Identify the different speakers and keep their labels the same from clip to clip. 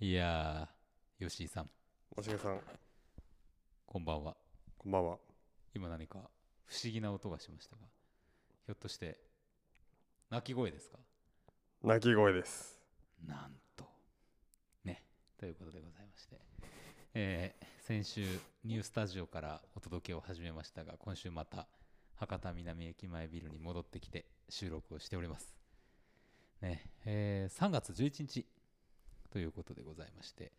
Speaker 1: いやー、吉井さん、
Speaker 2: おしげさん、
Speaker 1: こんばんは。
Speaker 2: こんばんは。
Speaker 1: 今何か不思議な音がしましたが、ひょっとして、鳴き声ですか
Speaker 2: 泣き声です。
Speaker 1: なんと。ね、ということでございまして、えー先週、ニュースタジオからお届けを始めましたが、今週また博多南駅前ビルに戻ってきて収録をしております。ね、えー3月11日ということでございまして、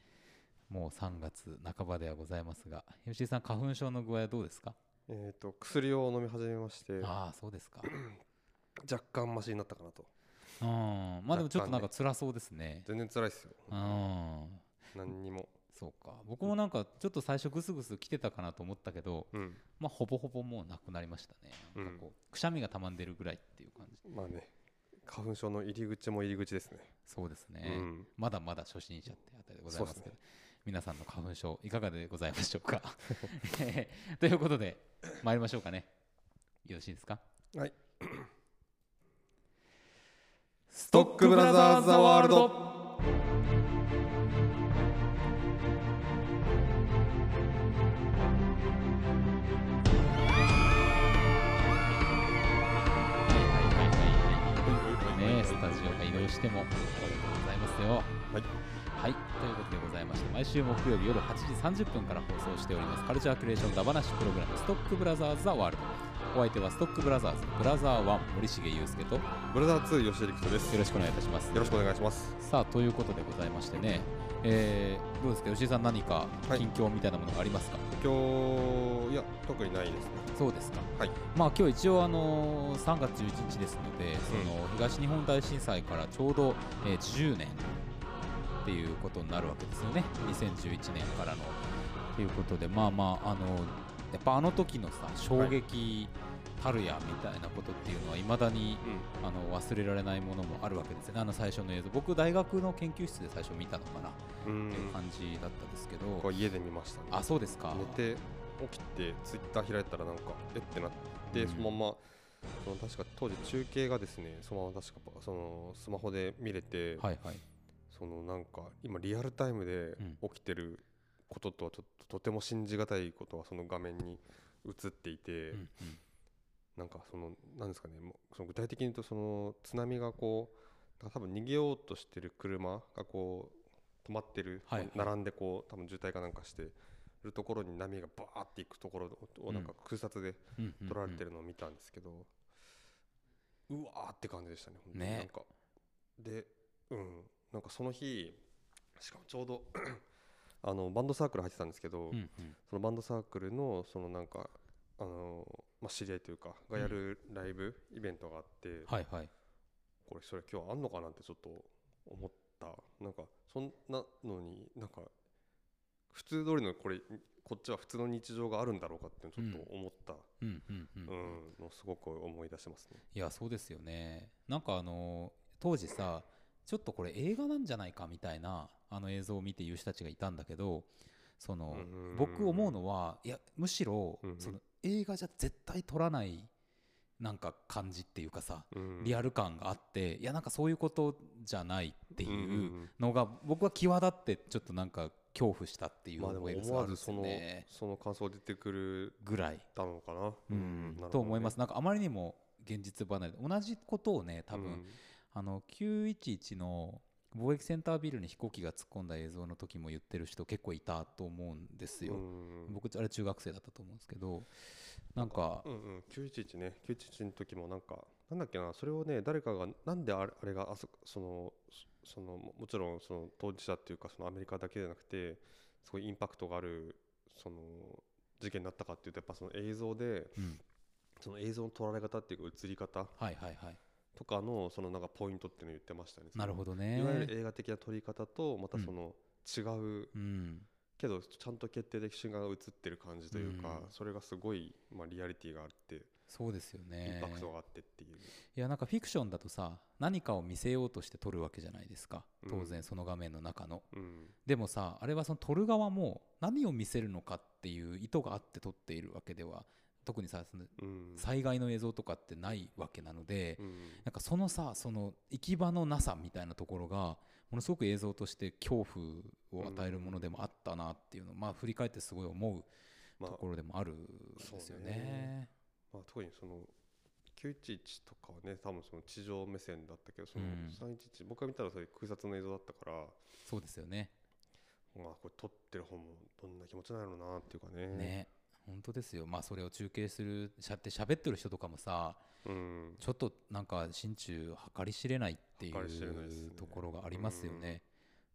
Speaker 1: もう3月半ばではございますが、吉井さん、花粉症の具合はどうですか
Speaker 2: えっ、と、薬を飲み始めまして、
Speaker 1: ああ、そうですか。
Speaker 2: 若干マシになったかなと。
Speaker 1: うん、まあでもちょっとなんか
Speaker 2: 若
Speaker 1: 辛そうですね。
Speaker 2: 全然辛いっすよ。
Speaker 1: うん、
Speaker 2: 何にも。
Speaker 1: そうか。僕もなんかちょっと最初グスグス来てたかなと思ったけど、
Speaker 2: うん。
Speaker 1: まあほぼほぼもうなくなりましたね。なんかこうくしゃみが溜まんでるぐらいっていう感じ。
Speaker 2: まあね、花粉症の入り口も入り口ですね。
Speaker 1: そうですね。
Speaker 2: うん
Speaker 1: まだまだ初心者ってあたりでございますけど、皆さんの花粉症いかがでございましょうか。 えーということで参りましょうかね。よろしいですか。
Speaker 2: はい。
Speaker 1: ス
Speaker 2: トックブラザーズザワールド。
Speaker 1: ね、スタジオが移動してもありがとうございますよ。
Speaker 2: はい。
Speaker 1: はい、ということでございまして毎週木曜日夜8時30分から放送しておりますカルチャークリエーションダバナシプログラム「ストックブラザーズ・ザ・ワールド」お相手はストックブラザーズブラザー1森重裕介とよ
Speaker 2: ブラザー2、吉井陸斗です。
Speaker 1: ろしくお願いいたします
Speaker 2: よろしくお願いします。
Speaker 1: さあということでございましてね、えーどうですか吉井さん何か
Speaker 2: はい
Speaker 1: 近況みたいなものがありますか、
Speaker 2: 今日、いや、特にないですね。
Speaker 1: そうですか
Speaker 2: はい。
Speaker 1: まあ今日一応あのー3月11日ですのでその東日本大震災からちょうど、えー10年っていうことになるわけですよね2011年からのということでまあまああのやっぱあの時のさ衝撃たるやみたいなことっていうのはいまだに
Speaker 2: う
Speaker 1: あの忘れられないものもあるわけですよねあの最初の映像僕大学の研究室で最初見たのかなっ
Speaker 2: ん。
Speaker 1: てい
Speaker 2: うー。
Speaker 1: うん感じだったですけど、
Speaker 2: 僕は家で見ましたね。
Speaker 1: あそうですか
Speaker 2: 寝て起きてツイッター開いたらなんかえってなって、
Speaker 1: うん
Speaker 2: そのままその確か当時中継がですねそのまま確かそのスマホで見れて、
Speaker 1: はいはい
Speaker 2: そのなんか今リアルタイムで
Speaker 1: うん
Speaker 2: 起きてることとはちょっととても信じがたいことがその画面に映っていて、
Speaker 1: うんうん
Speaker 2: なんかそのなんですかねもうその具体的に言うとその津波がこう多分逃げようとしてる車がこう止まってる、
Speaker 1: はいはい
Speaker 2: 並んでこう多分渋滞かなんかしてるところに波がバーっていくところ
Speaker 1: う
Speaker 2: を
Speaker 1: ん
Speaker 2: なんか空撮で
Speaker 1: うんうんうん
Speaker 2: 撮られてるのを見たんですけど、うわーって感じでしたね本当に
Speaker 1: ね
Speaker 2: なんかでうんなんかその日しかもちょうどあのバンドサークル入ってたんですけど、
Speaker 1: うんうん
Speaker 2: そのバンドサークルのそのなんかあのまあ、知り合いというかがやるライブ、イベントがあって、
Speaker 1: はいはい
Speaker 2: これそれ今日あんのかなってちょっと思ったなんかそんなのになんか普通通りのこれこっちは普通の日常があるんだろうかってちょっと思った、
Speaker 1: うんうんうん
Speaker 2: う
Speaker 1: うん
Speaker 2: んのをすごく思い出しますね。
Speaker 1: いやそうですよねなんかあの当時さちょっとこれ映画なんじゃないかみたいなあの映像を見て言う人たちがいたんだけどその
Speaker 2: うん
Speaker 1: 僕思うのはいやむしろ
Speaker 2: うん
Speaker 1: その映画じゃ絶対撮らないなんか感じっていうかさ
Speaker 2: うん
Speaker 1: リアル感があっていやなんかそういうことじゃないって
Speaker 2: うん
Speaker 1: いう
Speaker 2: うん
Speaker 1: のが僕は際立ってちょっとなんか恐怖したっていう
Speaker 2: まあでも
Speaker 1: 思いがすご
Speaker 2: 思
Speaker 1: いあ
Speaker 2: わ
Speaker 1: るん
Speaker 2: ず
Speaker 1: です
Speaker 2: そ
Speaker 1: よ
Speaker 2: の
Speaker 1: ね
Speaker 2: その感想出てくる
Speaker 1: ぐらい。
Speaker 2: だろうかな。
Speaker 1: う
Speaker 2: なる
Speaker 1: ん
Speaker 2: ほどね
Speaker 1: と思います。なんかあまりにも現実離れで同じことをね多分、
Speaker 2: うん
Speaker 1: あの911の貿易センタービルに飛行機が突っ込んだ映像の時も言ってる人結構いたと思うんですよ、
Speaker 2: うん
Speaker 1: 僕あれ中学生だったと思うんですけどなんか
Speaker 2: うんうん、911ね911の時もなんかなんだっけなそれをね誰かがなんであれあれがあそそのそそのももちろんその当事者っていうかそのアメリカだけじゃなくてすごいインパクトがあるその事件になったかっていうとやっぱその映像で
Speaker 1: うん
Speaker 2: その映像の捉え方っていうか映り方
Speaker 1: はいはいはい
Speaker 2: とかのそのなんかポイントっていうのを言ってましたね。
Speaker 1: なるほどね
Speaker 2: いわゆる映画的な撮り方とまた
Speaker 1: うん
Speaker 2: その違う
Speaker 1: うん
Speaker 2: けどちゃんと決定的瞬間が映ってる感じというか、
Speaker 1: うん
Speaker 2: それがすごい、まあ、リアリティがあって、
Speaker 1: そうですよ
Speaker 2: イン
Speaker 1: ね
Speaker 2: パクトがあってっていう、
Speaker 1: いやなんかフィクションだとさ何かを見せようとして撮るわけじゃないですか当
Speaker 2: う
Speaker 1: 然その画面の中の、
Speaker 2: うん、
Speaker 1: でもさあれはその撮る側も何を見せるのかっていう意図があって撮っているわけでは特にさその
Speaker 2: うん、
Speaker 1: 災害の映像とかってないわけなので、
Speaker 2: うん
Speaker 1: なんかそのさその行き場のなさみたいなところがものすごく映像として恐怖を与えるものでもあったなっていうのを、まあ、振り返ってすごい思う
Speaker 2: ま
Speaker 1: と
Speaker 2: あ
Speaker 1: ころでもあるんですよ
Speaker 2: そう
Speaker 1: ね
Speaker 2: ね。まあ、特にその911とかはね多分その地上目線だったけどその
Speaker 1: うん
Speaker 2: 311、僕が見たらそれ空撮の映像だったから、
Speaker 1: そうですよね。
Speaker 2: まあ、これ撮ってる方もどんな気持ちなのなっていうかね。
Speaker 1: ね本当ですよ、まあ、それを中継するしゃって喋ってる人とかもさ
Speaker 2: うん、
Speaker 1: ちょっとなんか心中計り知れないってい
Speaker 2: 計り知れないです
Speaker 1: う
Speaker 2: ね
Speaker 1: ところがありますよね。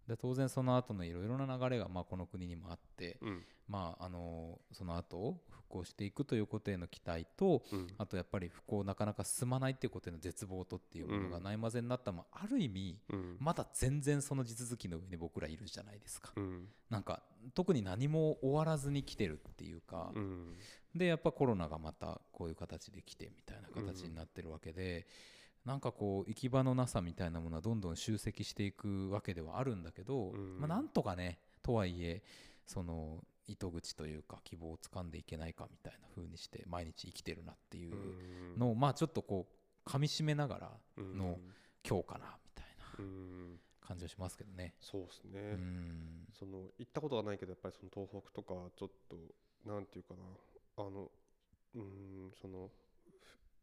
Speaker 1: で当然その後のいろいろな流れがまあこの国にもあって、
Speaker 2: うん
Speaker 1: まあ、あのその後復興していくということへの期待と
Speaker 2: うん
Speaker 1: あとやっぱり復興なかなか進まないっていうことへの絶望とっていうものが
Speaker 2: うん
Speaker 1: ないまぜになったまあある意味
Speaker 2: うん
Speaker 1: まだ全然その地続きの上に僕らいるじゃないですか。
Speaker 2: うん
Speaker 1: なんか特に何も終わらずに来てるっていうか、
Speaker 2: うん
Speaker 1: でやっぱコロナがまたこういう形で来てみたいな形になってるわけで、なんかこう行き場のなさみたいなものはどんどん集積していくわけではあるんだけど、
Speaker 2: うん
Speaker 1: まあ、なんとかねとはいえその糸口というか希望をつかんでいけないかみたいな風にして毎日生きてるなっていう
Speaker 2: うん
Speaker 1: のを、まあちょっとこう噛みしめながら
Speaker 2: うん
Speaker 1: の今日かなみたいな
Speaker 2: うん
Speaker 1: 感じはしますけどね。
Speaker 2: そうですね、
Speaker 1: うん
Speaker 2: その行ったことはないけどやっぱりその東北とかちょっとなんていうかなあのうんその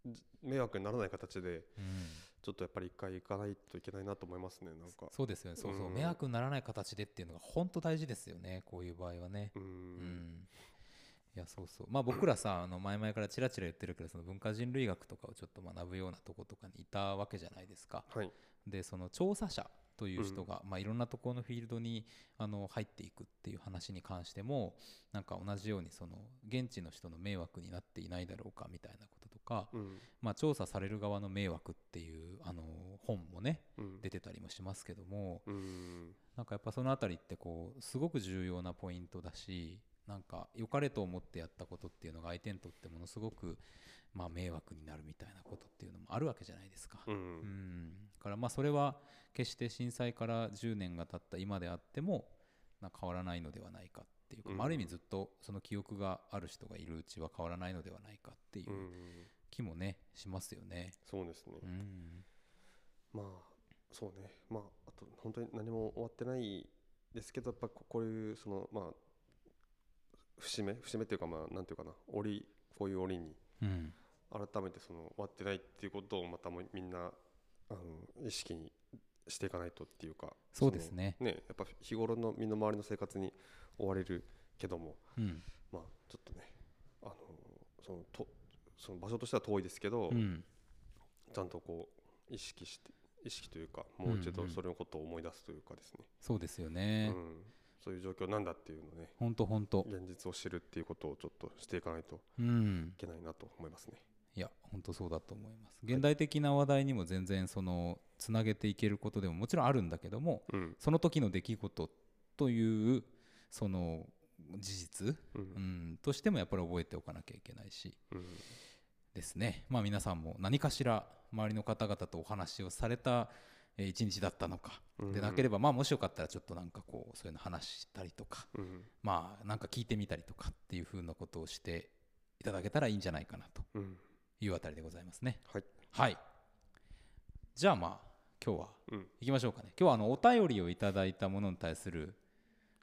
Speaker 2: ふ迷惑にならない形で
Speaker 1: うん
Speaker 2: ちょっとやっぱり一回行かないといけないなと思いますねなんか
Speaker 1: そうですよねそうそう、
Speaker 2: うん
Speaker 1: 迷惑にならない形でっていうのが本当大事ですよねこういう場合はね。
Speaker 2: う
Speaker 1: うんんいやそうそうまあ僕らさあの前々からちらちら言ってるけどその文化人類学とかをちょっと学ぶようなとことかにいたわけじゃないですか。
Speaker 2: はい
Speaker 1: でその調査者という人
Speaker 2: うん
Speaker 1: が、まあ、いろんなところのフィールドにあの入っていくっていう話に関してもなんか同じようにその現地の人の迷惑になっていないだろうかみたいなこととか、
Speaker 2: うん
Speaker 1: まあ、調査される側の迷惑っていうあの本もね
Speaker 2: うん
Speaker 1: 出てたりもしますけども、
Speaker 2: うん
Speaker 1: なんかやっぱそのあたりってこうすごく重要なポイントだしなんか良かれと思ってやったことっていうのが相手にとってものすごくまあ迷惑になるみたいなことっていうのもあるわけじゃないですか。
Speaker 2: う
Speaker 1: うんんだからまあそれは決して震災から10年が経った今であってもなんか変わらないのではないかっていうか、
Speaker 2: うん
Speaker 1: まあ、ある意味ずっとその記憶がある人がいるうちは変わらないのではないかっていううん気もねしますよね。
Speaker 2: そうですね
Speaker 1: うん
Speaker 2: まあそうねまああと本当に何も終わってないですけどやっぱここういうそのまあ節目節目っていうかまあなんていうかな折こういう折に
Speaker 1: うん
Speaker 2: 改めてその終わってないっていうことをまたもうみんなあの意識にしていかないとっていうか
Speaker 1: そうですね
Speaker 2: そのねやっぱ日頃の身の回りの生活に追われるけども
Speaker 1: うん
Speaker 2: まあちょっとねあのそのとその場所としては遠いですけど、
Speaker 1: うん
Speaker 2: ちゃんとこう意識して意識というかもう一
Speaker 1: うん
Speaker 2: 度
Speaker 1: うん
Speaker 2: それのことを思い出すというかですね、
Speaker 1: そうですよ
Speaker 2: うん
Speaker 1: ね。
Speaker 2: そういう状況なんだっていうのをね
Speaker 1: ほんとほんと。
Speaker 2: 現実を知るっていうことをちょっとしていかないと
Speaker 1: うん
Speaker 2: い、けないなと思いますね。
Speaker 1: いや本当そうだと思います現代的な話題にも全然そのつなげていけることでももちろんあるんだけども
Speaker 2: うん
Speaker 1: その時の出来事というその事実、
Speaker 2: う
Speaker 1: うんん、としてもやっぱり覚えておかなきゃいけないし
Speaker 2: うん
Speaker 1: ですねまあ皆さんも何かしら周りの方々とお話をされたえー一日だったのか
Speaker 2: うん
Speaker 1: でなければまあもしよかったらちょっとなんかこうそういうの話したりとか
Speaker 2: うん
Speaker 1: まあなんか聞いてみたりとかっていうふうなことをしていただけたらいいんじゃないかなと
Speaker 2: うん
Speaker 1: いうあたりでございますね。
Speaker 2: はい、
Speaker 1: はい。じゃあまあ今日は
Speaker 2: うん、
Speaker 1: 行きましょうかね。今日はあのお便りをいただいたものに対する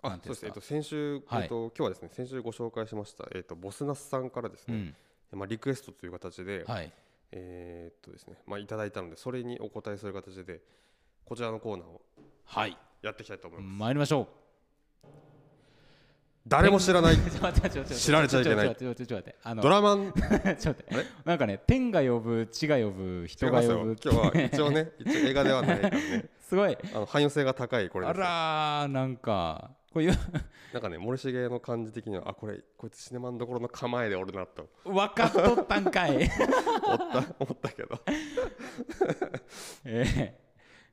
Speaker 1: な
Speaker 2: あ
Speaker 1: んて
Speaker 2: そ
Speaker 1: いううん
Speaker 2: で
Speaker 1: です
Speaker 2: す
Speaker 1: か
Speaker 2: ね、えっと、先週、
Speaker 1: はい
Speaker 2: えっと、今日はですね先週ご紹介しました、えっと、ボスナスさんからです
Speaker 1: う
Speaker 2: ね、
Speaker 1: ん、
Speaker 2: まあ、リクエストという形で、
Speaker 1: はい
Speaker 2: えーっとですねまあ、いただいたのでそれにお答えする形でこちらのコーナーを
Speaker 1: はい
Speaker 2: やっていきたいと思います、
Speaker 1: 参りましょう。
Speaker 2: 誰も知らない
Speaker 1: ちょ待って待って待って
Speaker 2: 知られちゃいけない
Speaker 1: ちょっと待ってちょっと待ってあの
Speaker 2: ドラマ
Speaker 1: ち
Speaker 2: ン
Speaker 1: ょっと
Speaker 2: あ
Speaker 1: 待っ
Speaker 2: れ
Speaker 1: てなんかね天が呼ぶ地が呼ぶ
Speaker 2: 違い
Speaker 1: 人が
Speaker 2: ます
Speaker 1: 呼
Speaker 2: よ
Speaker 1: ぶ
Speaker 2: 今日は一応ね一応映画ではないからね
Speaker 1: すごい
Speaker 2: あの汎用性が高いこれ
Speaker 1: あ
Speaker 2: です
Speaker 1: らーなんかこういう
Speaker 2: なんかね森重の感じ的にはあこれこいつシネマンどころの構えで俺なと
Speaker 1: 分かっとったんかい。
Speaker 2: 思った思ったけど
Speaker 1: えー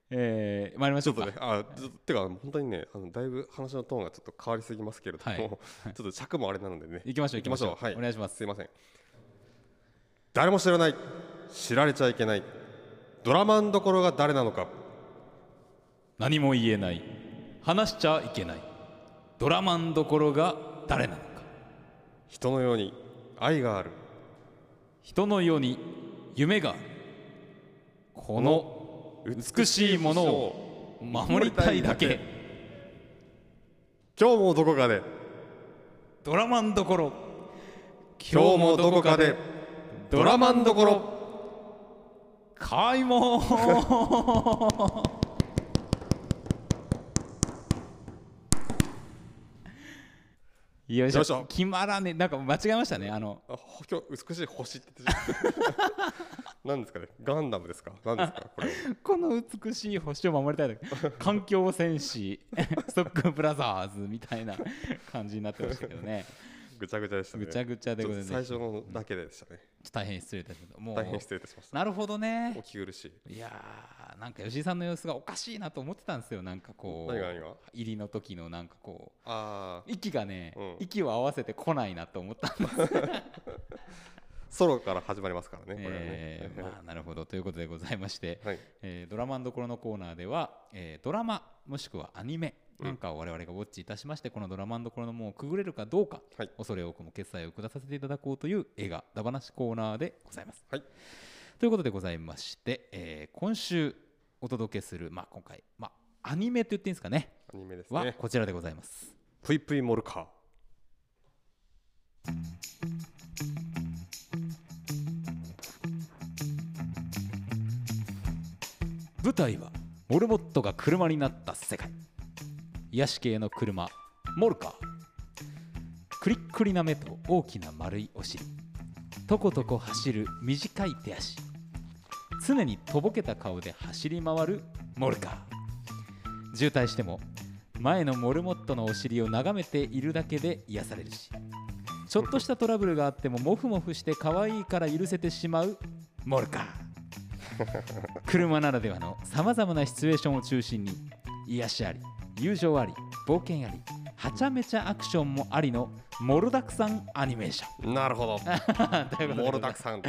Speaker 1: えー、参りまし
Speaker 2: ち
Speaker 1: ょ
Speaker 2: ょ
Speaker 1: う
Speaker 2: っ
Speaker 1: か
Speaker 2: とね。、あ、ずてか、本当にね、あの、だいぶ話のトーンがちょっと変わりすぎますけれども、
Speaker 1: は い
Speaker 2: ちょっと尺もあれなのでね。
Speaker 1: 行きましょう
Speaker 2: 行きましょう。
Speaker 1: 行きましょう
Speaker 2: はい。
Speaker 1: お願いします
Speaker 2: すいません。誰も知らない。知られちゃいけない。ドラマンどころが誰なのか。
Speaker 1: 何も言えない話しちゃいけないドラマンどころが誰なのか
Speaker 2: 人のように愛がある。
Speaker 1: 人のように夢があるこの美しいものを守りたいだけ
Speaker 2: 今日もどこかで
Speaker 1: ドラマンどころ
Speaker 2: 今日もどこかでドラマンどころ
Speaker 1: 開門よいし
Speaker 2: よ
Speaker 1: ょ
Speaker 2: いしょ
Speaker 1: 決まらねえなんか間違えましたねあの
Speaker 2: あほ今日美しい星って言ってし まった何ですかねガンダムですか何ですかこれ
Speaker 1: この美しい星を守りたいだけ環境戦士 ストックブラザーズみたいな感じになってましたけど ね
Speaker 2: ぐちゃぐちゃでしたね
Speaker 1: ぐちゃぐちゃで
Speaker 2: ちょ
Speaker 1: ご
Speaker 2: っ
Speaker 1: ざい
Speaker 2: と最
Speaker 1: ます
Speaker 2: 初のだけでしたね
Speaker 1: 大変失礼いたしましたもう
Speaker 2: 大変失礼いたしました
Speaker 1: なるほど
Speaker 2: お
Speaker 1: ね
Speaker 2: 聞き苦しい
Speaker 1: いやーなんか吉井さんの様子がおかしいなと思ってたんですよなんかこう
Speaker 2: 何が何が
Speaker 1: 入りの時のなんかこう
Speaker 2: ああ
Speaker 1: 息がね、
Speaker 2: うん
Speaker 1: 息を合わせてこないなと思ったんです
Speaker 2: ソロから始まりますからねこれはね、
Speaker 1: えー まあなるほどということでございまして、
Speaker 2: はい
Speaker 1: えードラマどころのコーナーでは、えードラマもしくはアニメなんかを我々がウォッチいたしまして、このドラマどころの門をくぐれるかどうか、
Speaker 2: はい
Speaker 1: 恐れ多くも決済を下させていただこうという映画だ話コーナーでございます。
Speaker 2: はい
Speaker 1: ということでございまして、えー今週お届けする、まあ、今回、まあ、アニメと言っていいんですかね
Speaker 2: アニメです
Speaker 1: は
Speaker 2: ね
Speaker 1: こちらでございます。
Speaker 2: ぷいぷいモルカー
Speaker 1: 舞台はモルモットが車になった世界癒し系の車モルカークリックリな目と大きな丸いお尻とことこ走る短い手足常にとぼけた顔で走り回るモルカー渋滞しても前のモルモットのお尻を眺めているだけで癒されるしちょっとしたトラブルがあってもモフモフして可愛いから許せてしまうモルカー車ならではのさまざまなシチュエーションを中心に癒しあり友情あり冒険ありはちゃめちゃアクションもありのモルダクさんアニメーショ ン
Speaker 2: な るほ
Speaker 1: ということで
Speaker 2: どモ
Speaker 1: ご
Speaker 2: ル
Speaker 1: ざいま
Speaker 2: ダク
Speaker 1: す
Speaker 2: さん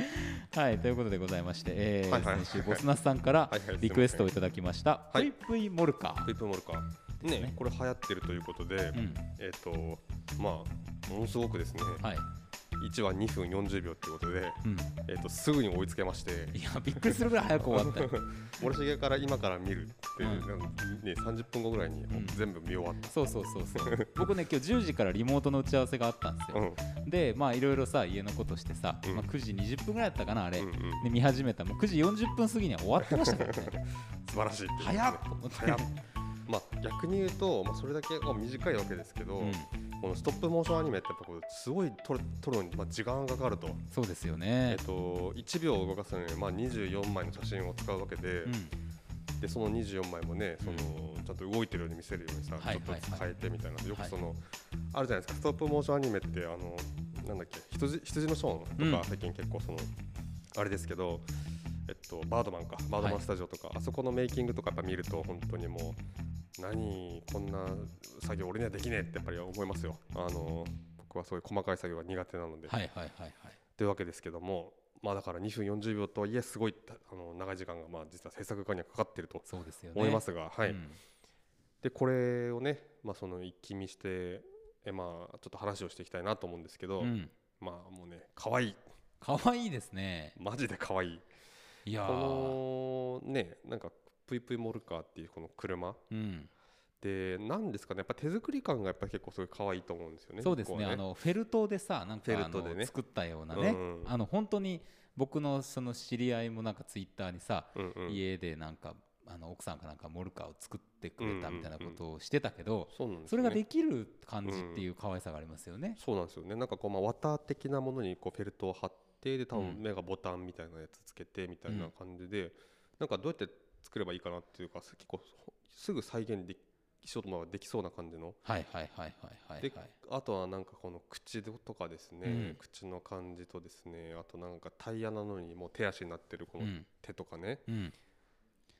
Speaker 1: はいということでございまして、えー
Speaker 2: はいはい
Speaker 1: 先週ボスナスさんから
Speaker 2: はいはいすいません
Speaker 1: リクエストをいただきました「
Speaker 2: は
Speaker 1: ぷい
Speaker 2: い
Speaker 1: ぷいモルカ
Speaker 2: ぷ
Speaker 1: ー
Speaker 2: いぷいモルカー
Speaker 1: すね
Speaker 2: ねこれ流行ってるということで」
Speaker 1: うん
Speaker 2: えっとまあものすごくですね
Speaker 1: はい
Speaker 2: 1話2分40秒ということで
Speaker 1: うん、
Speaker 2: えっとすぐに追いつけまして
Speaker 1: いやびっくりするぐらい早く終 わったよ
Speaker 2: 森重から今から見るって、
Speaker 1: うん
Speaker 2: なんかね、30分後ぐらいに
Speaker 1: ん
Speaker 2: 全部見終わった。
Speaker 1: そうそうそう そう僕ね今日10時からリモートの打ち合わせがあったんです
Speaker 2: うん
Speaker 1: よ、でまあいろいろさ家のことしてさ、
Speaker 2: うん
Speaker 1: まあ、9時20分ぐらいだったかなあれ、
Speaker 2: うんうん
Speaker 1: で見始めたもう9時40分過ぎには終わってましたからね
Speaker 2: 素晴らしいっていう
Speaker 1: 早っと思って
Speaker 2: 早っまあ、逆に言うと、まあ、それだけ、まあ、短いわけですけど、
Speaker 1: うん
Speaker 2: このストップモーションアニメってやっぱこうすごい撮る撮るのに、まあ、時間がかかると,、
Speaker 1: そうですよね
Speaker 2: えっと1秒動かすのに、まあ、24枚の写真を使うわけで,、
Speaker 1: うん
Speaker 2: でその24枚もねその、ちゃんと動いてるように見せるようにさ、
Speaker 1: はい
Speaker 2: ちょっと変えてみたいなよ
Speaker 1: は
Speaker 2: く
Speaker 1: い
Speaker 2: その、あるじゃないですかストップモーションアニメってあのなんだっけ羊羊のショーンと
Speaker 1: うん
Speaker 2: か最近結構その、あれですけど、えっと、バードマンかバードマンスタジオとか、あそこのメイキングとかやっぱ見ると本当にもう何こんな作業俺にはできねえってやっぱり思いますよあの僕はそういう細かい作業が苦手なので、
Speaker 1: はいはいはいはい
Speaker 2: というわけですけどもまあだから2分40秒とはいえすごいあの長い時間がまあ実は制作側にはかかってると
Speaker 1: そうですよね
Speaker 2: 思いますが、はい、
Speaker 1: うん
Speaker 2: でこれをね、まあ、その一気見してえまあちょっと話をしていきたいなと思うんですけど、
Speaker 1: うん
Speaker 2: まあもうね可愛い
Speaker 1: 可愛いですね
Speaker 2: マジで可愛い
Speaker 1: いやー
Speaker 2: このねなんかプイプイモルカーっていうこの車
Speaker 1: うん
Speaker 2: でなんですかねやっぱ手作り感がやっぱ結構すごい可愛いと思うんですよね
Speaker 1: そうですね
Speaker 2: 僕は
Speaker 1: あのフェルトでさなんか
Speaker 2: フェ
Speaker 1: あ
Speaker 2: ルトで
Speaker 1: の
Speaker 2: ね
Speaker 1: 作ったようなね、
Speaker 2: うん
Speaker 1: あの本当に僕のその知り合いもなんかツイッターにさ、
Speaker 2: うんうん
Speaker 1: 家でなんかあの奥さんかなんかモルカーを作ってくれたみたいなことをしてたけど、
Speaker 2: そうなんですよね
Speaker 1: それができる感じっていう可愛さがありますよね。
Speaker 2: そうなんですよねなんかこうまあ綿的なものにこうフェルトを貼ってで多
Speaker 1: う
Speaker 2: 分
Speaker 1: ん
Speaker 2: 目がボタンみたいなやつつけてみたい
Speaker 1: うん
Speaker 2: な感じで、なんかどうやって作ればいいかなっていうか結構すぐ再現できしようと思えばできそうな感じの
Speaker 1: はいはいはいはいはい
Speaker 2: で
Speaker 1: はい。
Speaker 2: あとはなんかこの口とかですね、
Speaker 1: うん
Speaker 2: 口の感じとですねあとなんかタイヤなのにもう手足になってるこ
Speaker 1: う
Speaker 2: の
Speaker 1: ん
Speaker 2: 手とかね、
Speaker 1: うん、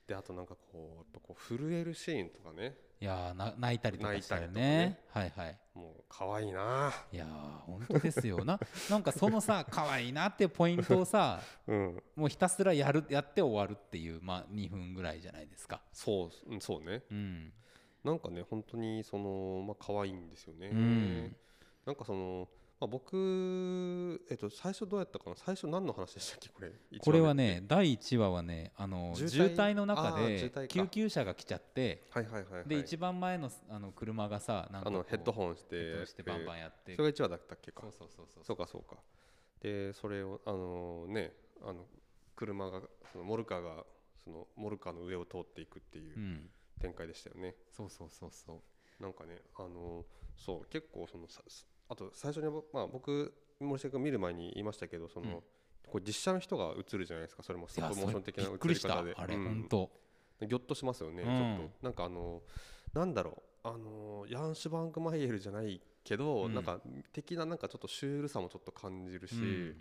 Speaker 2: であとなんかこうやっぱこう震えるシーンとかね
Speaker 1: いやーな泣いたりとかしたよね
Speaker 2: 泣い
Speaker 1: はいはい
Speaker 2: もう可愛いなあ
Speaker 1: いやー本当ですよななんかそのさ 可愛いなっていうポイントをさ
Speaker 2: うん
Speaker 1: もうひたすらやるやって終わるっていう、まあ、2分ぐらいじゃないですか。
Speaker 2: そううんそうね
Speaker 1: うん
Speaker 2: なんかね本当にそのまあ可愛いんですよね、
Speaker 1: うん
Speaker 2: なんかそのまあ、僕、えっと、最初どうやったかな最初何の話でしたっけこれ
Speaker 1: これはね第1話はねあの
Speaker 2: 渋滞
Speaker 1: 渋滞の中
Speaker 2: あー渋
Speaker 1: で
Speaker 2: 滞か
Speaker 1: 救急車が来ちゃって
Speaker 2: 一番目はいはいはい、はい、
Speaker 1: で一番前のあの車がさなんか
Speaker 2: あの
Speaker 1: こう
Speaker 2: ヘッドホンして
Speaker 1: ヘッドホンしてバンバンやって
Speaker 2: それが一話だったっけか
Speaker 1: そうそうそうそう
Speaker 2: そうかそうかでそれをあのねあの車がそのモルカーがそのモルカーの上を通っていくっていううん展開でしたよね、
Speaker 1: そうそうそうそう
Speaker 2: なんかねあのそう結構そのさあと最初にぼまあ僕森下君見る前に言いましたけどその、
Speaker 1: うん
Speaker 2: こう実写の人が映るじゃないですかそれもス
Speaker 1: い
Speaker 2: トッ
Speaker 1: や
Speaker 2: プモーション的な
Speaker 1: それびっ
Speaker 2: 映
Speaker 1: く
Speaker 2: り
Speaker 1: りした
Speaker 2: 方
Speaker 1: あ
Speaker 2: で
Speaker 1: れ
Speaker 2: うん
Speaker 1: 本当
Speaker 2: ぎょっとしますよね、
Speaker 1: うん
Speaker 2: ちょっとなんかあのなんだろうあのヤンシュバンクマイエルじゃないけど、
Speaker 1: うん
Speaker 2: なんか的ななんかちょっとシュールさもちょっと感じるし、
Speaker 1: うん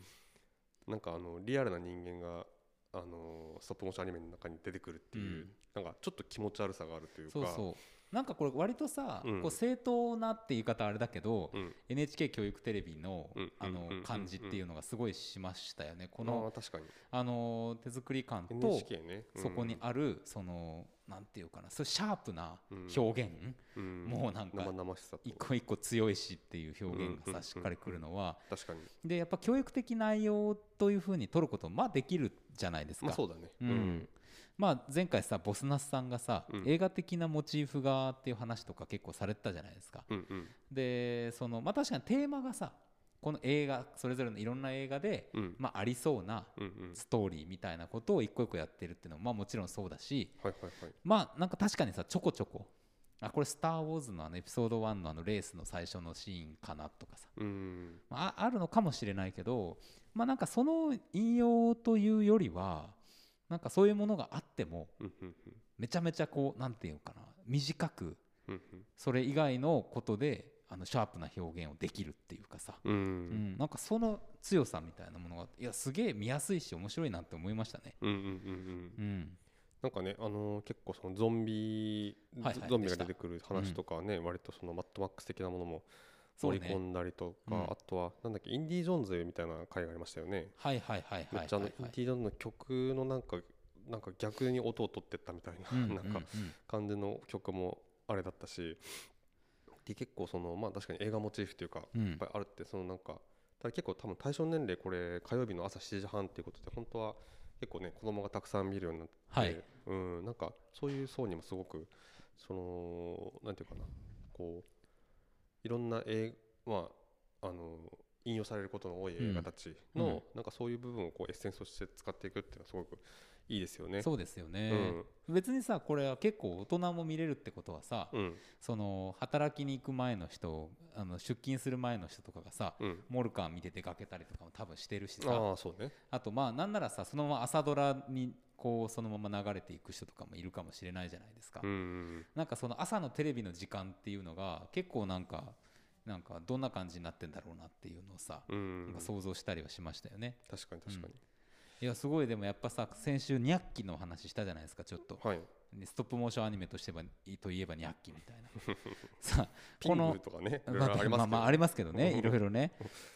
Speaker 2: なんかあのリアルな人間があのストップモーションアニメの中に出てくるっていう、
Speaker 1: うん
Speaker 2: なんかちょっと気持ち悪さがあるというか
Speaker 1: そうそうなんかこれ割とさ
Speaker 2: うん
Speaker 1: こう正当なって言い方あれだけど
Speaker 2: うん
Speaker 1: NHK 教育テレビの
Speaker 2: うん
Speaker 1: あ
Speaker 2: うん
Speaker 1: の
Speaker 2: うんうん
Speaker 1: 感じっていうのがすごいしましたよねこ
Speaker 2: あ
Speaker 1: の
Speaker 2: ー確かに
Speaker 1: あの手作り感と
Speaker 2: NHK ね、うん
Speaker 1: そこにあるそのなんていうかなそういうシャープな
Speaker 2: うん
Speaker 1: 表現
Speaker 2: うん
Speaker 1: もうなんか
Speaker 2: 生々しさと
Speaker 1: 一個一個強いしっていう表現
Speaker 2: うんうんうん
Speaker 1: が
Speaker 2: う
Speaker 1: さ
Speaker 2: ん
Speaker 1: しっかりくるのは
Speaker 2: 確かに
Speaker 1: でやっぱ教育的内容というふうに取ることまあできるじゃないです
Speaker 2: まあ
Speaker 1: か
Speaker 2: そ。うだね
Speaker 1: うんまあ、前回さボスナスさんがさ、
Speaker 2: うん
Speaker 1: 映画的なモチーフがっていう話とか結構されてたじゃないですか。
Speaker 2: うんうん
Speaker 1: でそのまあ確かにテーマがさこの映画それぞれのいろんな映画で、
Speaker 2: うん
Speaker 1: まあ、ありそうな
Speaker 2: うんうん
Speaker 1: ストーリーみたいなことを一個一個やってるっていうのも、まあ、もちろんそうだし、
Speaker 2: はいはいはい
Speaker 1: まあなんか確かにさちょこちょこあこれ「スター・ウォーズ」のあのエピソード1のあのレースの最初のシーンかなとかさ、
Speaker 2: うん
Speaker 1: まあ、ああるのかもしれないけどまあなんかその引用というよりはなんかそういうものがあっても
Speaker 2: うんうんうん
Speaker 1: めちゃめちゃこうなんていうのかな短く
Speaker 2: うん
Speaker 1: それ以外のことであのシャープな表現をできるっていうかさ、
Speaker 2: うんう
Speaker 1: うん
Speaker 2: ん
Speaker 1: なんかその強さみたいなものがいやすげえ見やすいし面白いなって思いましたね。
Speaker 2: うんうんうん
Speaker 1: う、ん、
Speaker 2: なんかね、あのー結構そのゾンビ、
Speaker 1: はいはい
Speaker 2: ゾゾンビが
Speaker 1: でした
Speaker 2: 出てくる話とかね、割とそのマッドマックス的なものも
Speaker 1: そう
Speaker 2: 盛
Speaker 1: ね
Speaker 2: り込んだりと
Speaker 1: う
Speaker 2: か、
Speaker 1: ん
Speaker 2: あとはなんだっけインディ・ージョーンズみたいな回がありましたよね。
Speaker 1: はいはいはいはい
Speaker 2: め
Speaker 1: は
Speaker 2: っ
Speaker 1: い
Speaker 2: ちゃあの、
Speaker 1: はい
Speaker 2: インディ・ージョーンズの曲のなんかなんか逆に音を取ってったみたいな、
Speaker 1: うんうん
Speaker 2: なんか
Speaker 1: うん
Speaker 2: 感じの曲もあれだったし、で結構そのまあ確かに映画モチーフというか
Speaker 1: うん
Speaker 2: いっぱいあるってそのなんかただ結構多分対象年齢これ火曜日の朝7時半っていうことで本当は結構ね子供がたくさん見るようになって、
Speaker 1: はい
Speaker 2: うんなんかそういう層にもすごくそのなんていうかなこういろんな映まああの引用されることの多い映画たちの、
Speaker 1: うんうん
Speaker 2: なんかそういう部分をこうエッセンスとして使っていくっていうのはすごくいいですよね。
Speaker 1: そうですよね、
Speaker 2: うん
Speaker 1: 別にさこれは結構大人も見れるってことはさ、
Speaker 2: うん
Speaker 1: その働きに行く前の人あの出勤する前の人とかがさ
Speaker 2: うん、
Speaker 1: モルカー見て出かけたりとかも多分してるしさあ
Speaker 2: ああそうね。
Speaker 1: とまあなんならさそのまま朝ドラにこうそのまま流れていく人とかもいるかもしれないじゃないですか、
Speaker 2: うん
Speaker 1: なんかその朝のテレビの時間っていうのが結構なんかなんかどんな感じになってんだろうなっていうのをさ、
Speaker 2: うん
Speaker 1: なんか想像したりはしましたよね
Speaker 2: 確かに確かに。
Speaker 1: いやすごいでもやっぱさ先週200期の話したじゃないですかちょっと
Speaker 2: はい。
Speaker 1: ねストップモーションアニメとしてばといえばニャッキみたいな さ
Speaker 2: ピ
Speaker 1: こ
Speaker 2: ング
Speaker 1: の
Speaker 2: ルとかね、いろい
Speaker 1: ま
Speaker 2: ろあ
Speaker 1: あ
Speaker 2: ります
Speaker 1: まあま
Speaker 2: けど
Speaker 1: あありますけどねいろいろね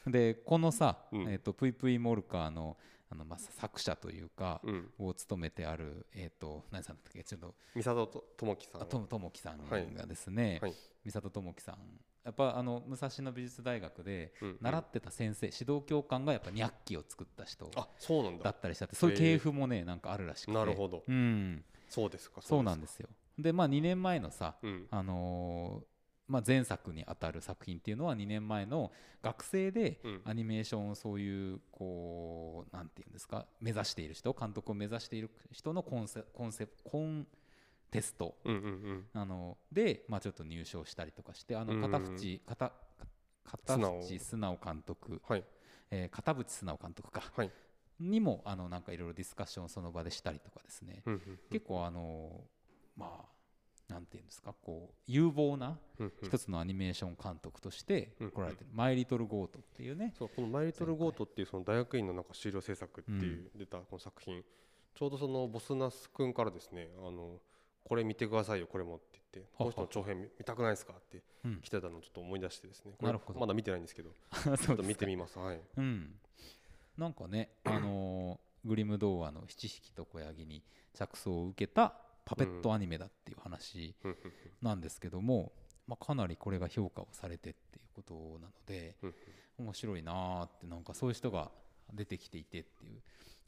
Speaker 1: でこのさ、
Speaker 2: うん
Speaker 1: えっとプイプイモルカーのあの、まあ、作者というか、
Speaker 2: うん、
Speaker 1: を務めてある、えっと何さんだったっけちょっと
Speaker 2: 美里と智樹さん
Speaker 1: あとともきさん
Speaker 2: はい
Speaker 1: がですね、
Speaker 2: はい
Speaker 1: 美里ともきさんやっぱあの武蔵野美術大学で
Speaker 2: うんうん
Speaker 1: 習ってた先生、指導教官がやっぱニャッキを作った人
Speaker 2: あそうなん
Speaker 1: だ
Speaker 2: だ
Speaker 1: ったりしたってそういう
Speaker 2: へ
Speaker 1: 系
Speaker 2: え
Speaker 1: 譜もねなんかあるらしくて
Speaker 2: なるほど
Speaker 1: うん
Speaker 2: そうですか
Speaker 1: そうなん
Speaker 2: で
Speaker 1: ですよでまあ2年前のさ
Speaker 2: すうん
Speaker 1: あのーまあ、前作にあたる作品っていうのは2年前の学生で
Speaker 2: うん
Speaker 1: アニメーションをそういうこうなんていうんですか目指している人監督を目指している人のコンセコンセコンテスト
Speaker 2: うんうん
Speaker 1: あので、まあ、ちょっと入賞したりとかしてあ
Speaker 2: う
Speaker 1: の
Speaker 2: ん
Speaker 1: 片淵片片淵素直監督、
Speaker 2: はい
Speaker 1: えー片淵素直監督か、
Speaker 2: はい
Speaker 1: にもあのなんかいろいろディスカッションをその場でしたりとかですね、
Speaker 2: うんうん
Speaker 1: 結構あのまあなんていうんですかこう有望な
Speaker 2: うんうん
Speaker 1: 一つのアニメーション監督として
Speaker 2: うん
Speaker 1: 来られてる「マイ・リトル・ゴート」っていうね
Speaker 2: そうこの「マイ・リトル・ゴート」っていうその大学院のなんか修了制作っていう出たこの作品ちょうどそのボスナス君からですねあのこれ見てくださいよこれもって言ってこの人の長編見見たくないですかって
Speaker 1: うん
Speaker 2: 来てたのをちょっと思い出してですねこれ
Speaker 1: なるほど
Speaker 2: まだ見てないんですけどち
Speaker 1: そうです
Speaker 2: ょっと見てみますはい
Speaker 1: うんなんかねあのーグリム童話の「七匹と小ヤギ」に着想を受けたパペットアニメだっていう話
Speaker 2: うんうん
Speaker 1: なんですけども、まあ、かなりこれが評価をされてっていうことなので
Speaker 2: うん
Speaker 1: 面白いなーってなんかそういう人が出てきていてっていう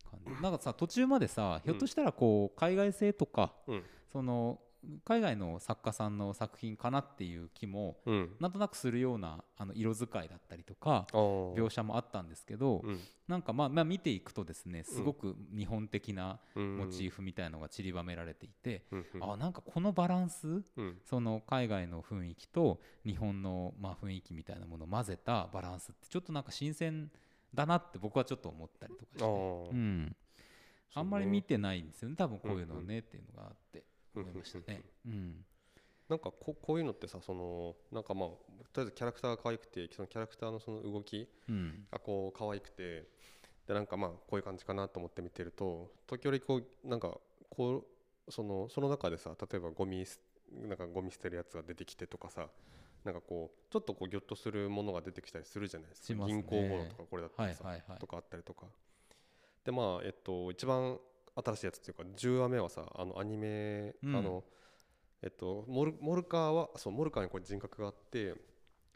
Speaker 1: 感じ なんかさ途中までさひょっとしたらこう海外製とか
Speaker 2: うん
Speaker 1: その海外の作家さんの作品かなっていう気も
Speaker 2: うん
Speaker 1: なんとなくするようなあの色使いだったりとか
Speaker 2: あー
Speaker 1: 描写もあったんですけど
Speaker 2: うん
Speaker 1: なんかまあまあ見ていくとですねすごく日本的な
Speaker 2: うん
Speaker 1: モチーフみたいのが散りばめられていて
Speaker 2: うんうん
Speaker 1: あなんかこのバランス
Speaker 2: うん
Speaker 1: その海外の雰囲気と日本のまあ雰囲気みたいなものを混ぜたバランスってちょっとなんか新鮮だなって僕はちょっと思ったりとかし
Speaker 2: あ
Speaker 1: て、
Speaker 2: ー
Speaker 1: うん、あんまり見てないんですよね多分こういうのを
Speaker 2: うん
Speaker 1: ねっていうのがあって思いましたね。うん
Speaker 2: なんかここういうのってさそのなんかまあとりあえずキャラクターが可愛くてそのキャラクターのその動き
Speaker 1: うん
Speaker 2: がこう可愛くてでなんかまあこういう感じかなと思って見てると時折こうなんかこうそのその中でさ例えばゴミすなんかゴミ捨てるやつが出てきてとかさなんかこうちょっとこうギョッとするものが出てきたりするじゃないです
Speaker 1: し
Speaker 2: か
Speaker 1: ますね
Speaker 2: 銀行ボロとかこれだった
Speaker 1: は
Speaker 2: り
Speaker 1: い
Speaker 2: さ、
Speaker 1: はいはい
Speaker 2: とかあったりとかでまあえっと一番新しいやつっていうか10話目はさあのアニメ、
Speaker 1: うん
Speaker 2: あのえっとモルモルカーはそうモルカーにこれ人格があって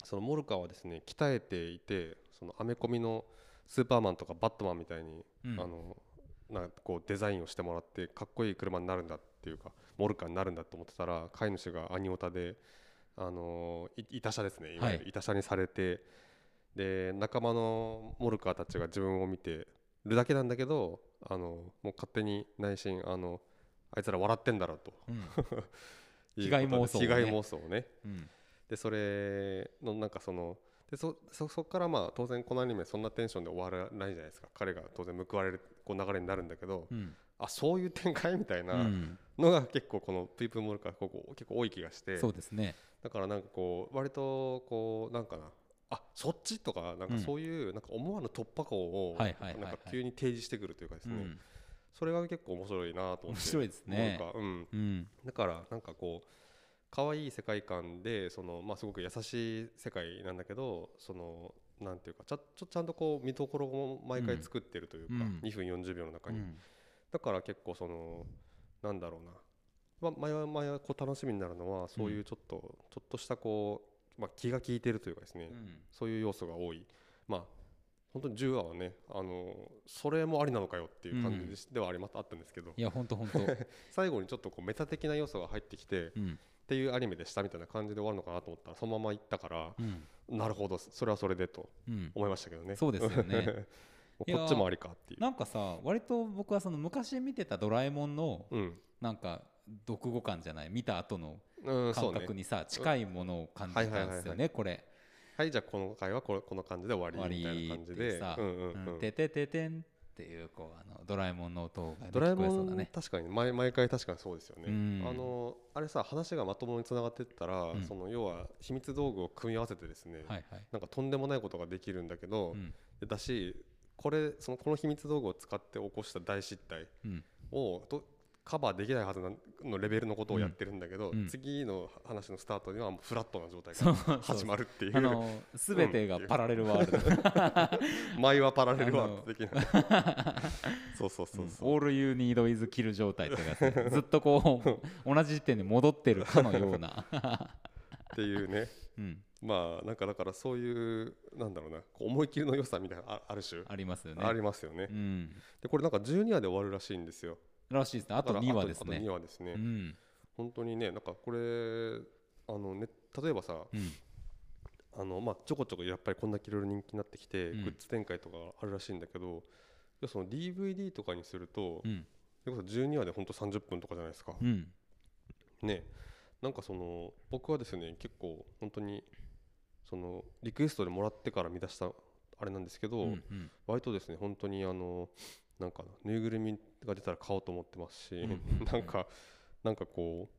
Speaker 2: そのモルカーはですね鍛えていてそのアメコミのスーパーマンとかバットマンみたいに、
Speaker 1: うん
Speaker 2: あのなんかこうデザインをしてもらってかっこいい車になるんだっていうかモルカーになるんだと思ってたら飼い主がアニオタで、あのいいた車ですねいわゆ
Speaker 1: は
Speaker 2: るいた車にされて、で仲間のモルカーたちが自分を見てるだけなんだけどあのもう勝手に内心あのあいつら笑ってんだろうと
Speaker 1: うん
Speaker 2: いう
Speaker 1: 被害妄想をね
Speaker 2: ことで被害妄想をね
Speaker 1: うん
Speaker 2: でそれのなんかそのでそそそこからまあ当然このアニメそんなテンションで終わらないじゃないですか彼が当然報われるこう流れになるんだけど、
Speaker 1: うん
Speaker 2: あそういう展開みたいうなんのが結構この「プイプイモルカー」ここ結構多い気がして
Speaker 1: そうですね
Speaker 2: だからなんかこう割とこうなんかなあそっちとかなん
Speaker 1: う
Speaker 2: か
Speaker 1: ん
Speaker 2: そういうなんか思わぬ突破口を
Speaker 1: はいはいはいはい
Speaker 2: なんか急に提示してくるというかです
Speaker 1: う
Speaker 2: ね、
Speaker 1: ん
Speaker 2: それが結構面白いなと思って
Speaker 1: 面白いですね
Speaker 2: なんかうん
Speaker 1: うん
Speaker 2: だからなんかこう可愛い世界観でその、まあ、すごく優しい世界なんだけどそのなんていうかちゃちょちゃんとこう見どころも毎回作ってるというか、
Speaker 1: うん
Speaker 2: 2分40秒の中
Speaker 1: う
Speaker 2: に、
Speaker 1: ん
Speaker 2: だから結構そのなんだろうな、ま、前は前はこう楽しみになるのはそういうちょっと、ちょっとしたこう、まあ、気が利いてるというかですね、
Speaker 1: うん
Speaker 2: そういう要素が多いまあ本当に10話はねあのそれもありなのかよっていう感じでしではありまあったんですけど、
Speaker 1: いや本当本当
Speaker 2: 最後にちょっとこうメタ的な要素が入ってきて、
Speaker 1: うん
Speaker 2: っていうアニメでしたみたいな感じで終わるのかなと思ったらそのまま行ったから
Speaker 1: うん
Speaker 2: なるほどそれはそれでと
Speaker 1: うん
Speaker 2: 思いましたけどね
Speaker 1: そうですよね
Speaker 2: も
Speaker 1: いうや
Speaker 2: こっちもありかっていう
Speaker 1: なんかさ割と僕はその昔見てた「ドラえもん」の
Speaker 2: うん、
Speaker 1: なんか読後感じゃない見た後の
Speaker 2: うん、そ
Speaker 1: 感
Speaker 2: うね
Speaker 1: 覚にさ、近いものを感じたん
Speaker 2: はいはい
Speaker 1: で
Speaker 2: は
Speaker 1: す
Speaker 2: い
Speaker 1: よ
Speaker 2: はい
Speaker 1: ねこれ。
Speaker 2: はいじゃあこの回はこれこの感じで終
Speaker 1: 終
Speaker 2: わ
Speaker 1: わ
Speaker 2: りみ
Speaker 1: り
Speaker 2: たいな感
Speaker 1: っ
Speaker 2: じ
Speaker 1: てい
Speaker 2: で
Speaker 1: うさ「
Speaker 2: う
Speaker 1: うん
Speaker 2: うんうん
Speaker 1: んててててん」っていうこうあのドラえもんの音がね
Speaker 2: ドラえ
Speaker 1: 聞こえ
Speaker 2: も、
Speaker 1: そうんだね。
Speaker 2: 確かに毎毎回確かにそうですよね、
Speaker 1: うん
Speaker 2: あのあれさ話がまともにつながってったら、
Speaker 1: ん
Speaker 2: その要は秘密道具を組み合わせてですね、
Speaker 1: はいはい。
Speaker 2: なんかとんでもないことができるんだけど、
Speaker 1: うん
Speaker 2: だしこれそのこの秘密道具を使って起こした大失態
Speaker 1: うん
Speaker 2: をとカバーできないはずなのレベルのことをやってるんだけど、
Speaker 1: うんうん
Speaker 2: 次の話のスタートにはもうフラットな状態
Speaker 1: そ
Speaker 2: が
Speaker 1: うそう
Speaker 2: 始まるっていう
Speaker 1: あの全てがパラレルワール ド、
Speaker 2: 前はパラレルワールド的な そうそうそうそう、
Speaker 1: オールユーニードイズキル状態というかさずっとこう同じ時点で戻ってるかのよう な、
Speaker 2: っていうね
Speaker 1: うん、
Speaker 2: まあなんかだからそういうなんだろうなこう思い切りの良さみたいなあある種
Speaker 1: ありますよね。
Speaker 2: ありますよね、
Speaker 1: うん、
Speaker 2: でこれなんか12話で終わるらしいんですよ
Speaker 1: らしいですねあ
Speaker 2: あ
Speaker 1: と2話です
Speaker 2: あと2
Speaker 1: ね。
Speaker 2: 話ですね、
Speaker 1: うん
Speaker 2: 本当にねなんかこれあのね例えばさ、
Speaker 1: うん
Speaker 2: あのまあ、ちょこちょこやっぱりこんだけいろいろ人気になってきて、
Speaker 1: うん
Speaker 2: グッズ展開とかあるらしいんだけどいやその DVD とかにすると、
Speaker 1: うん
Speaker 2: それこそ12話で本当30分とかじゃないですか、
Speaker 1: うん
Speaker 2: ねなんかその僕はですね結構本当にそのリクエストでもらってから見出したあれなんですけど、
Speaker 1: うんうん
Speaker 2: 割とですね本当にあのなんかぬいぐるみが出たら買おうと思ってますし、
Speaker 1: うんうんうん
Speaker 2: なんかなんかこ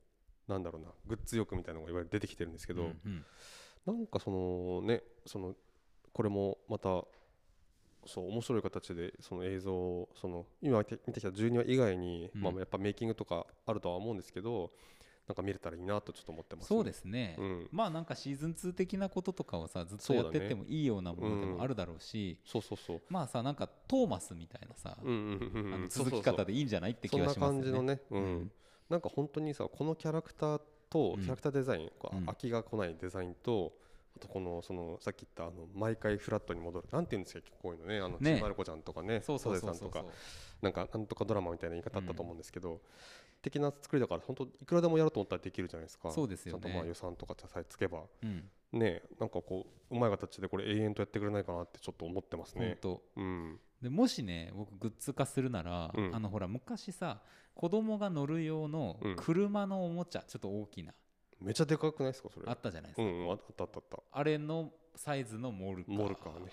Speaker 2: うなんだろうなグッズ欲みたいなのがいわゆる出てきてるんですけど、
Speaker 1: うんうん
Speaker 2: なんかそのねそのこれもまたそう面白い形でその映像をその今見て見てきた12話以外に、
Speaker 1: うん
Speaker 2: まあやっぱメイキングとかあるとは思うんですけどなんか見れたらいいなとちょっと思ってます、
Speaker 1: そうですね、
Speaker 2: うん
Speaker 1: まあなんかシーズン2的なこととかをさずっと
Speaker 2: そう
Speaker 1: や
Speaker 2: だ
Speaker 1: っ
Speaker 2: ね
Speaker 1: てってもいいようなものでもあるだろうし
Speaker 2: そうそうそう
Speaker 1: まあさなんかトーマスみたいなさ、
Speaker 2: うんうんうんうん
Speaker 1: あの
Speaker 2: そう
Speaker 1: 続
Speaker 2: そ
Speaker 1: き
Speaker 2: うそう
Speaker 1: 方でいいんじゃないって
Speaker 2: そ
Speaker 1: 気
Speaker 2: ん
Speaker 1: は
Speaker 2: な
Speaker 1: します
Speaker 2: 感じ
Speaker 1: よ
Speaker 2: の
Speaker 1: ね。
Speaker 2: ね、うん
Speaker 1: うん
Speaker 2: なんか本当にさこのキャラクターと
Speaker 1: うん
Speaker 2: キャラクターデザイン、こう
Speaker 1: うん
Speaker 2: 飽きが来ないデザインとあとこのそのさっき言ったあの毎回フラットに戻るなんて言うんですかこういうのねあのち
Speaker 1: ね
Speaker 2: びまる子ちゃんとかね
Speaker 1: そうそう
Speaker 2: サ
Speaker 1: そ
Speaker 2: ザ
Speaker 1: う
Speaker 2: エさ
Speaker 1: そ
Speaker 2: ん
Speaker 1: う
Speaker 2: とかなんかなんとかドラマみたいな言い方あったと思うんですけど、的な作りだから本当いくらでもやろうと思ったらできるじゃないですか
Speaker 1: そうですよね
Speaker 2: ちゃんとまあ予算とかさえつけば
Speaker 1: うん
Speaker 2: ねなんかこううまい形でこれ永遠とやってくれないかなってちょっと思ってます
Speaker 1: 本
Speaker 2: ね。
Speaker 1: 当
Speaker 2: うん、
Speaker 1: でもしね僕グッズ化するなら、
Speaker 2: うん
Speaker 1: あのほら昔さ子供が乗る用の
Speaker 2: うん
Speaker 1: 車のおもちゃ、ちょっと大きな
Speaker 2: めちゃでかくないですかそれ
Speaker 1: あったじゃないです
Speaker 2: う
Speaker 1: か、
Speaker 2: んうんあったあったあった
Speaker 1: あれのサイズのモルカー
Speaker 2: モルカーね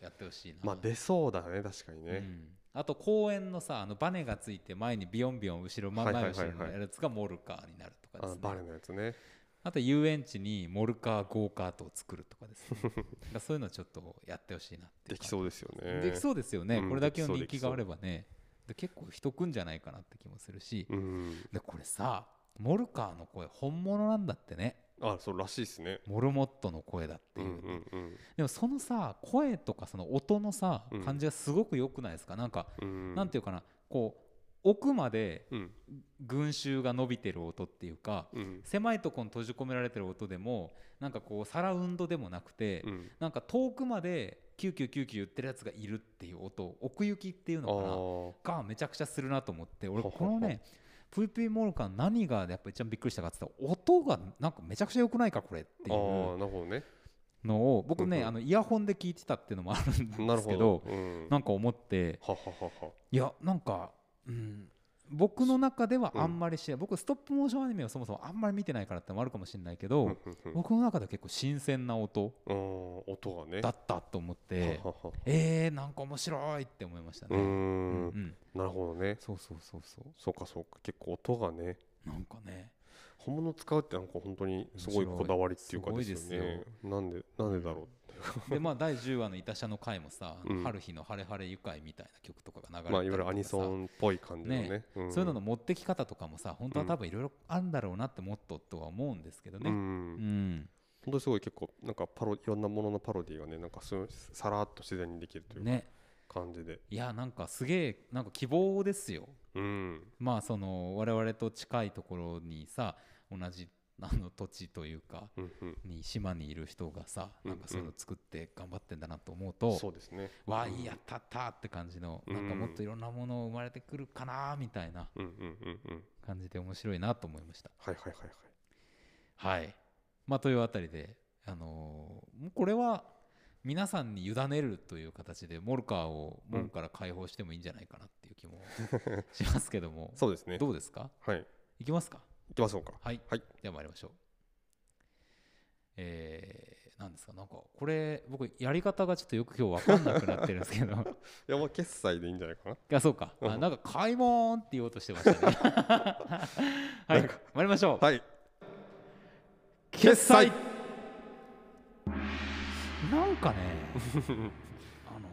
Speaker 1: をやってほしいな
Speaker 2: まあ出そうだね確かに
Speaker 1: う
Speaker 2: ね、
Speaker 1: ん、あと公園のさあのバネがついて前にビヨンビヨン後ろ真ん前後ろのやつがモルカーになるとかで
Speaker 2: あの
Speaker 1: すね、
Speaker 2: バレのやつね
Speaker 1: あと遊園地にモルカーゴーカートを作るとかですねだからそういうのちょっとやってほしいなってい
Speaker 2: で
Speaker 1: うか
Speaker 2: きそうですよね
Speaker 1: できそうですよね、
Speaker 2: うん
Speaker 1: これだけの人
Speaker 2: でき
Speaker 1: 気
Speaker 2: そう
Speaker 1: があればねで結構人来んじゃないかなって気もするし、
Speaker 2: うん
Speaker 1: でこれさモルカーの声本物なんだってね
Speaker 2: あそうらしいですね
Speaker 1: モルモットの声だって
Speaker 2: う
Speaker 1: い
Speaker 2: ん
Speaker 1: う、
Speaker 2: うんうん
Speaker 1: でもそのさ声とかその音のさ
Speaker 2: うん
Speaker 1: 感じがすごく良くないですかなんか、
Speaker 2: うん
Speaker 1: なんていうかなこう奥まで
Speaker 2: うん
Speaker 1: 群衆が伸びてる音っていうか
Speaker 2: うん
Speaker 1: 狭いとこに閉じ込められてる音でもなんかこうサラウンドでもなくて、
Speaker 2: うん
Speaker 1: なんか遠くまでキューキューキューキュー言ってるやつがいるっていう音奥行きっていう
Speaker 2: あ
Speaker 1: のかな
Speaker 2: ー
Speaker 1: がめちゃくちゃするなと思って俺
Speaker 2: ほ
Speaker 1: こ
Speaker 2: ほほ
Speaker 1: のねプイプイモルカーの何がやっぱ一番びっくりしたかって言ったら音がなんかめちゃくちゃ良くないかこれって
Speaker 2: あ
Speaker 1: いう
Speaker 2: ーなるほどね
Speaker 1: のを僕
Speaker 2: うん
Speaker 1: ね
Speaker 2: うん
Speaker 1: あのイヤホンで聞いてたっていうのもあるんですけ
Speaker 2: なる
Speaker 1: ど
Speaker 2: ほどうん
Speaker 1: なんか思って
Speaker 2: ははははい
Speaker 1: やなんか、うん、僕の中ではあんまりしない、僕ストップモーションアニメをそもそもあんまり見てないからってのもあるかもしれないけど、
Speaker 2: うんうんうん
Speaker 1: 僕の中では結構新鮮な音
Speaker 2: あー音がね
Speaker 1: だったと思って
Speaker 2: ははは
Speaker 1: えー、なんか面白いって思いましたね。
Speaker 2: うー
Speaker 1: うん
Speaker 2: ん
Speaker 1: うん
Speaker 2: なるほどね
Speaker 1: そうそうそうそ
Speaker 2: そうかそうか結構音がね
Speaker 1: うなんかね
Speaker 2: 本物使うってなんか本当にすごいこだわりっていうか
Speaker 1: 面
Speaker 2: で
Speaker 1: 白い
Speaker 2: すよねなんでなんでだろ
Speaker 1: でまあ第10話の「いたしゃ」の回もさ「
Speaker 2: うん
Speaker 1: 春日の晴れ晴れ愉快」みたいな曲とかが流れてたりとか
Speaker 2: うまあいわゆるアニソ
Speaker 1: さ
Speaker 2: ンっぽい感じのね
Speaker 1: ね
Speaker 2: ん
Speaker 1: そういうのの持ってき方とかもさ本当は多分いろいろあるんだろうなってもっととは思うんですけど
Speaker 2: う
Speaker 1: ね。うんん
Speaker 2: 本当にすごい結構なんかパロいろんなもののパロディがねなんかすごいさらっと自然にできるというか
Speaker 1: ね
Speaker 2: 感じで、
Speaker 1: いやなんかすげえなんか希望ですよ。
Speaker 2: うん
Speaker 1: まあその我々と近いところにさ同じあの土地というか
Speaker 2: うんうん
Speaker 1: に島にいる人がさなんかそういうの作って頑張ってんだなと思うと
Speaker 2: そうですね
Speaker 1: わあいいやったったって感じのなんかもっといろんなもの生まれてくるかなみたいな
Speaker 2: うんうんうんうん
Speaker 1: 感じで面白いなと思いました。
Speaker 2: はいはいはいはい
Speaker 1: はい。まあ、というあたりで、あのーもうこれは皆さんに委ねるという形でモルカーを門から解放してもいいんじゃないかなっていう 気もしますけども、
Speaker 2: そうですね
Speaker 1: どうですか
Speaker 2: はい
Speaker 1: いきますか
Speaker 2: いきましょうか
Speaker 1: はい。
Speaker 2: はい
Speaker 1: では参りましょう。えー、なんですかなんかこれ僕やり方がちょっとよく今日分かんなくなってるんです けどい
Speaker 2: いやまあ決済でいいんじゃないかな
Speaker 1: やそうかあなんか「買いもん」って言おうとしてま したねはい参りましょう、
Speaker 2: はい
Speaker 1: 決済 なんかね あの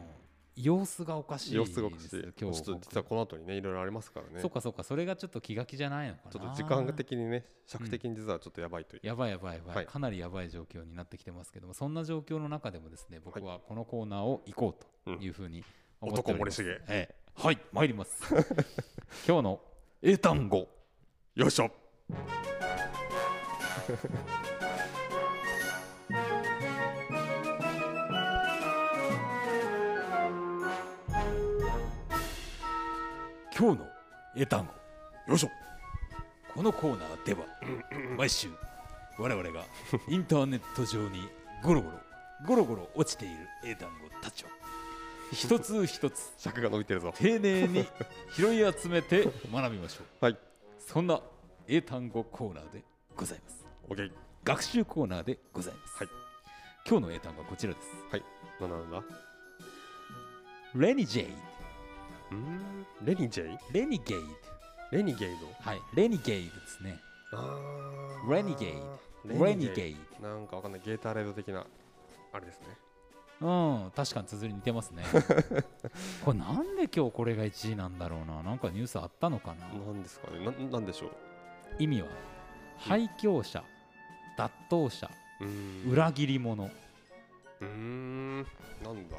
Speaker 1: 様子がおかしい
Speaker 2: 様
Speaker 1: です
Speaker 2: 子がおかしいちょ
Speaker 1: 今
Speaker 2: っ
Speaker 1: 日
Speaker 2: と実はこの後にねいろいろありますからね
Speaker 1: そっかそっかそれがちょっと気が気じゃないのかな
Speaker 2: ちょっと時間的にね尺的に実はちょっとやばいという、
Speaker 1: やばいやばいやばい、
Speaker 2: はい
Speaker 1: かなりやばい状況になってきてますけどもそんな状況の中でもですね僕はこのコーナーを行こうというふうに思っております、
Speaker 2: うん男森重
Speaker 1: ええはい参ります 今日の英単語
Speaker 2: よいしょ
Speaker 1: 今日の英単語
Speaker 2: よいしょ
Speaker 1: このコーナーでは毎週我々がインターネット上にゴロゴロゴロゴロ落ちている英単語たちを一つ一つ
Speaker 2: 尺が伸びてるぞ
Speaker 1: 丁寧に拾い集めて学びましょう
Speaker 2: はい
Speaker 1: そんな英単語コーナーでございます
Speaker 2: OK
Speaker 1: 学習コーナーでございます、
Speaker 2: はい
Speaker 1: 今日の英単語はこちらです
Speaker 2: はいなんだなんだ
Speaker 1: レニジェイ
Speaker 2: うーんレニジェイ
Speaker 1: ドレニゲイド
Speaker 2: レニゲイド
Speaker 1: はいレニゲイドですね
Speaker 2: あー
Speaker 1: レニゲイドレニゲイ
Speaker 2: なんかわかんないゲーターレード的なあれですね
Speaker 1: ドうん確かに綴り似て ますねこれなんで今日これが1位なんだろうななんかニュースあったのかな
Speaker 2: なんですかねななんでしょう
Speaker 1: 意味は廃墟者脱倒者
Speaker 2: うーん
Speaker 1: 裏切り者
Speaker 2: うーんなんだ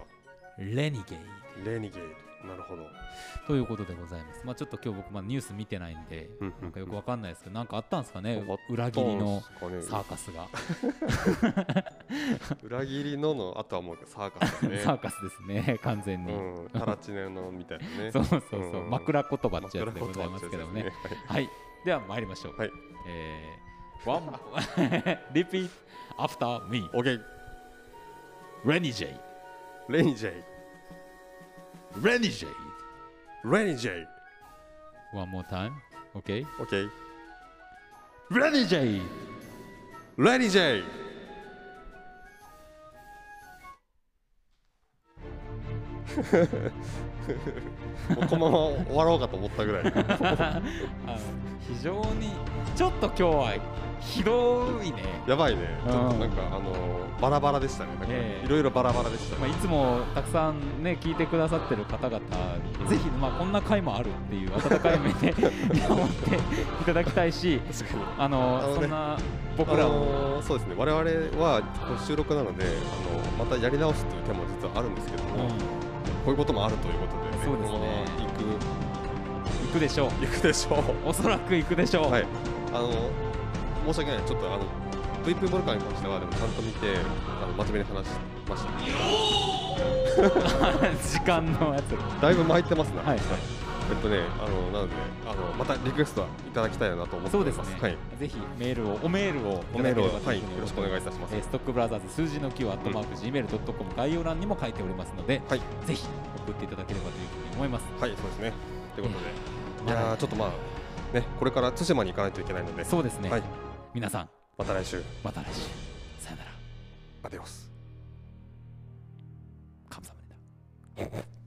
Speaker 1: レニゲイ
Speaker 2: レニゲイなるほど。
Speaker 1: ということでございます。まあ、ちょっと今日僕、まあ、ニュース見てないんで、
Speaker 2: うんうんうん
Speaker 1: なんかよくわかんないですけど、なんかあったんですかね
Speaker 2: なんかあっ、
Speaker 1: 裏切りの
Speaker 2: そうなんですか
Speaker 1: サ
Speaker 2: ね
Speaker 1: ーカスが。
Speaker 2: 裏切りののあとはもうサーカスだね。
Speaker 1: サーカスです ね、完全に。
Speaker 2: うん、タラチネのみたいなね。
Speaker 1: そうそうそう、
Speaker 2: うん
Speaker 1: 枕言葉ってや
Speaker 2: 枕
Speaker 1: つで
Speaker 2: 言
Speaker 1: ござい
Speaker 2: 葉
Speaker 1: ま
Speaker 2: って
Speaker 1: す
Speaker 2: やつ
Speaker 1: け
Speaker 2: で
Speaker 1: ど
Speaker 2: す
Speaker 1: ね。
Speaker 2: ね。
Speaker 1: はい、では参りましょう。
Speaker 2: はい。
Speaker 1: えー、ワン、repeat after me。
Speaker 2: オッケー。
Speaker 1: Renny J。
Speaker 2: レニジェイ。
Speaker 1: Renny J。
Speaker 2: レニジェイ。
Speaker 1: One more time. Okay.
Speaker 2: オッケー。
Speaker 1: Renny J。
Speaker 2: レニジェイ。もうこのまま終わろうかと思ったぐらい。
Speaker 1: あの非常にちょっと今日はひどいね。
Speaker 2: やばいね。
Speaker 1: う
Speaker 2: ち
Speaker 1: ん
Speaker 2: ょっとなんかあのーバラバラでしたね。なんか
Speaker 1: ええ
Speaker 2: いろいろバラバラでした
Speaker 1: まあ、
Speaker 2: ね。
Speaker 1: いつもたくさんね聞いてくださってる方々にぜひ、まあ、こんな回もあるっていう温かい目で 思っていただきたいし
Speaker 2: 確かに。
Speaker 1: あの
Speaker 2: あのね
Speaker 1: そんな僕ら
Speaker 2: あ
Speaker 1: も、
Speaker 2: のーそうですね我々はこう収録なのであのまたやり直すっていう手も実はあるんですけども、
Speaker 1: うん
Speaker 2: こういうこともあるということで、
Speaker 1: そうですね
Speaker 2: このまま
Speaker 1: 行くでしょう
Speaker 2: 行く行くでしょ う
Speaker 1: おそらく行くでしょう、
Speaker 2: はいあの申し訳ないちょっとあの VP ボルカーに関してはでもちゃんと見てあの真面目に話しました
Speaker 1: 時間のやつは
Speaker 2: だいぶ巻いてますな、
Speaker 1: い、はい、
Speaker 2: えっとねあのなのであのまたリクエストはいただきたいなと思って
Speaker 1: そ
Speaker 2: お
Speaker 1: う
Speaker 2: り
Speaker 1: です
Speaker 2: ま
Speaker 1: ね
Speaker 2: す、はい
Speaker 1: ぜひメールをおメールをいただければと
Speaker 2: はいいうよ
Speaker 1: ふうに
Speaker 2: ろしくお願いいたします、
Speaker 1: えーストックブラザーズ数字の9アットマーク Gmail.com 概要欄にも書いておりますので、
Speaker 2: はい
Speaker 1: ぜひ送っていただければというふうに思います。
Speaker 2: はいそうですねということで、
Speaker 1: ええ
Speaker 2: いやーちょっとまあねこれから対馬に行かないといけないので
Speaker 1: そうですね、
Speaker 2: はい
Speaker 1: 皆さん
Speaker 2: また来週
Speaker 1: また来週さよなら
Speaker 2: アディオス
Speaker 1: 감사합니다